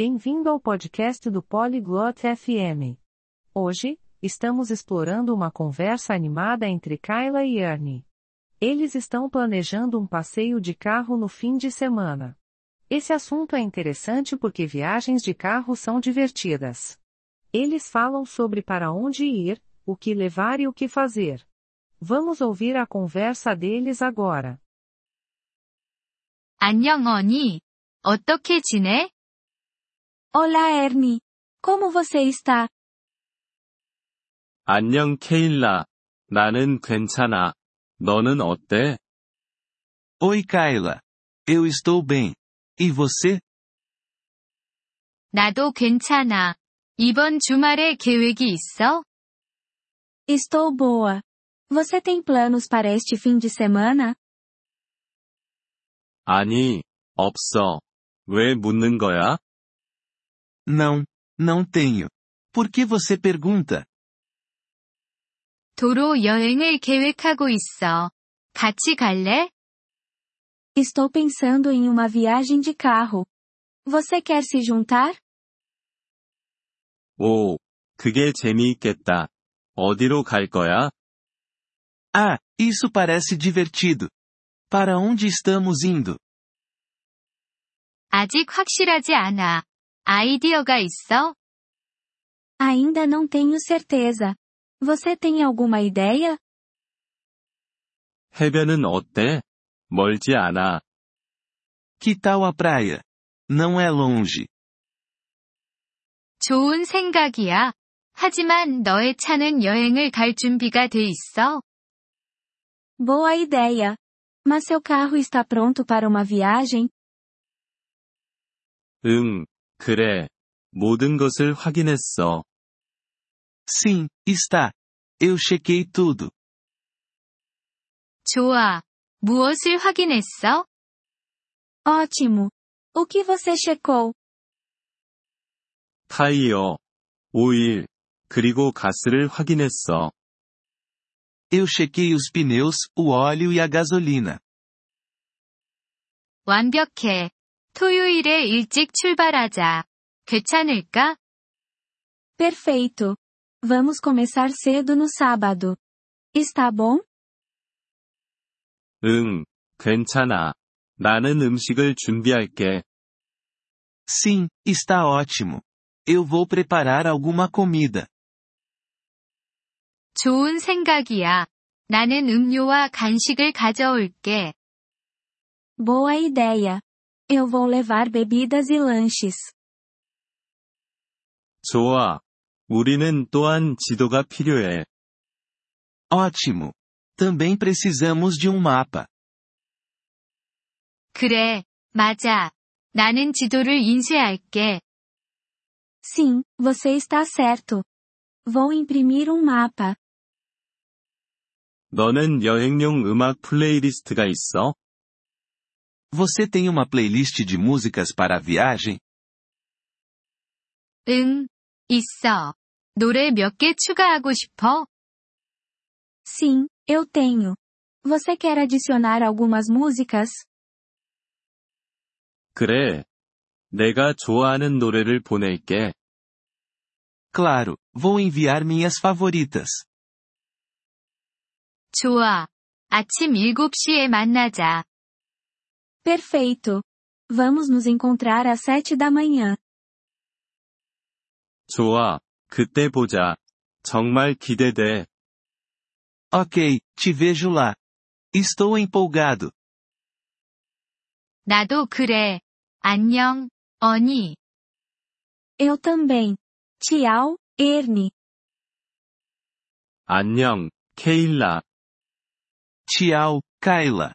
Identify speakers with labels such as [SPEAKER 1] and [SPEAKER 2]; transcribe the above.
[SPEAKER 1] Bem-vindo ao podcast do Polyglot FM. Hoje, estamos explorando uma conversa animada entre Kyla e Ernie. Eles estão planejando um passeio de carro no fim de semana. Esse assunto é interessante porque viagens de carro são divertidas. Eles falam sobre para onde ir, o que levar e o que fazer. Vamos ouvir a conversa deles agora.
[SPEAKER 2] 안녕, 언니. 어떻게 지내?
[SPEAKER 3] Olá, Ernie. Como você está?
[SPEAKER 4] 안녕 케일라. 나는 괜찮아. 너는 어때?
[SPEAKER 5] Oi, Kayla. Eu estou bem. E você?
[SPEAKER 2] 나도 괜찮아. 이번 주말에 계획이 있어?
[SPEAKER 3] Estou boa. Você tem planos para este fim de semana?
[SPEAKER 4] 아니, 없어. 왜 묻는 거야?
[SPEAKER 5] Não, não tenho. Por que você pergunta?
[SPEAKER 2] 도로 여행을 계획하고 있어. 같이 갈래?
[SPEAKER 3] Estou pensando em uma viagem de carro. Você quer se juntar?
[SPEAKER 4] 오, 그게 재미있겠다. 어디로 갈 거야?
[SPEAKER 5] Ah, isso parece divertido. Para onde estamos indo?
[SPEAKER 2] 아직 확실하지 않아. 아이디어가 있어?
[SPEAKER 3] Ainda não tenho certeza. Você tem alguma ideia?
[SPEAKER 4] 해변은 어때? 멀지 않아.
[SPEAKER 5] Que tal a praia? Não é longe.
[SPEAKER 2] 좋은 생각이야. 하지만 너의 차는 여행을 갈 준비가 돼 있어?
[SPEAKER 3] Boa ideia. Mas seu carro está pronto para uma viagem?
[SPEAKER 4] 응, 그래. 모든 것을 확인했어.
[SPEAKER 5] Sim, está. Eu chequei tudo.
[SPEAKER 2] 좋아. 무엇을 확인했어?
[SPEAKER 3] Ótimo. O que você checou?
[SPEAKER 4] 타이어, 오일, 그리고 가스를 확인했어.
[SPEAKER 5] Eu chequei os pneus, o óleo e a gasolina.
[SPEAKER 2] 완벽해. 토요일에 일찍 출발하자. 괜찮을까?
[SPEAKER 3] Perfeito. Vamos começar cedo no sábado. Está bom?
[SPEAKER 4] 응, 괜찮아. 나는 음식을 준비할게.
[SPEAKER 5] Sim, está ótimo. Eu vou preparar alguma comida.
[SPEAKER 2] 좋은 생각이야. 나는 음료와 간식을 가져올게.
[SPEAKER 3] Boa ideia. Eu vou levar bebidas e lanches.
[SPEAKER 4] 좋아. 우리는 또한 지도가 필요해.
[SPEAKER 5] Ótimo. Também precisamos de um mapa.
[SPEAKER 2] 그래, 맞아. 나는 지도를 인쇄할게.
[SPEAKER 3] Sim, você está certo. Vou imprimir um mapa.
[SPEAKER 4] 너는 여행용 음악 플레이리스트가 있어?
[SPEAKER 5] Você tem uma playlist de músicas para a viagem?
[SPEAKER 2] 응, 있어. 노래 몇 개 추가하고 싶어?
[SPEAKER 3] Sim, eu tenho. Você quer adicionar algumas músicas?
[SPEAKER 4] 그래. 내가 좋아하는 노래를 보낼게.
[SPEAKER 5] Claro, vou enviar minhas favoritas.
[SPEAKER 2] 좋아. 아침 7시에 만나자.
[SPEAKER 3] Perfeito. Vamos nos encontrar às sete da manhã.
[SPEAKER 4] 좋아. 그때 보자. 정말 기대돼.
[SPEAKER 5] Ok, te vejo lá. Estou empolgado.
[SPEAKER 2] 나도 그래. 안녕, 언니.
[SPEAKER 3] Eu também. Tchau, Ernie.
[SPEAKER 4] 안녕, 케일라.
[SPEAKER 5] Tchau, Kayla.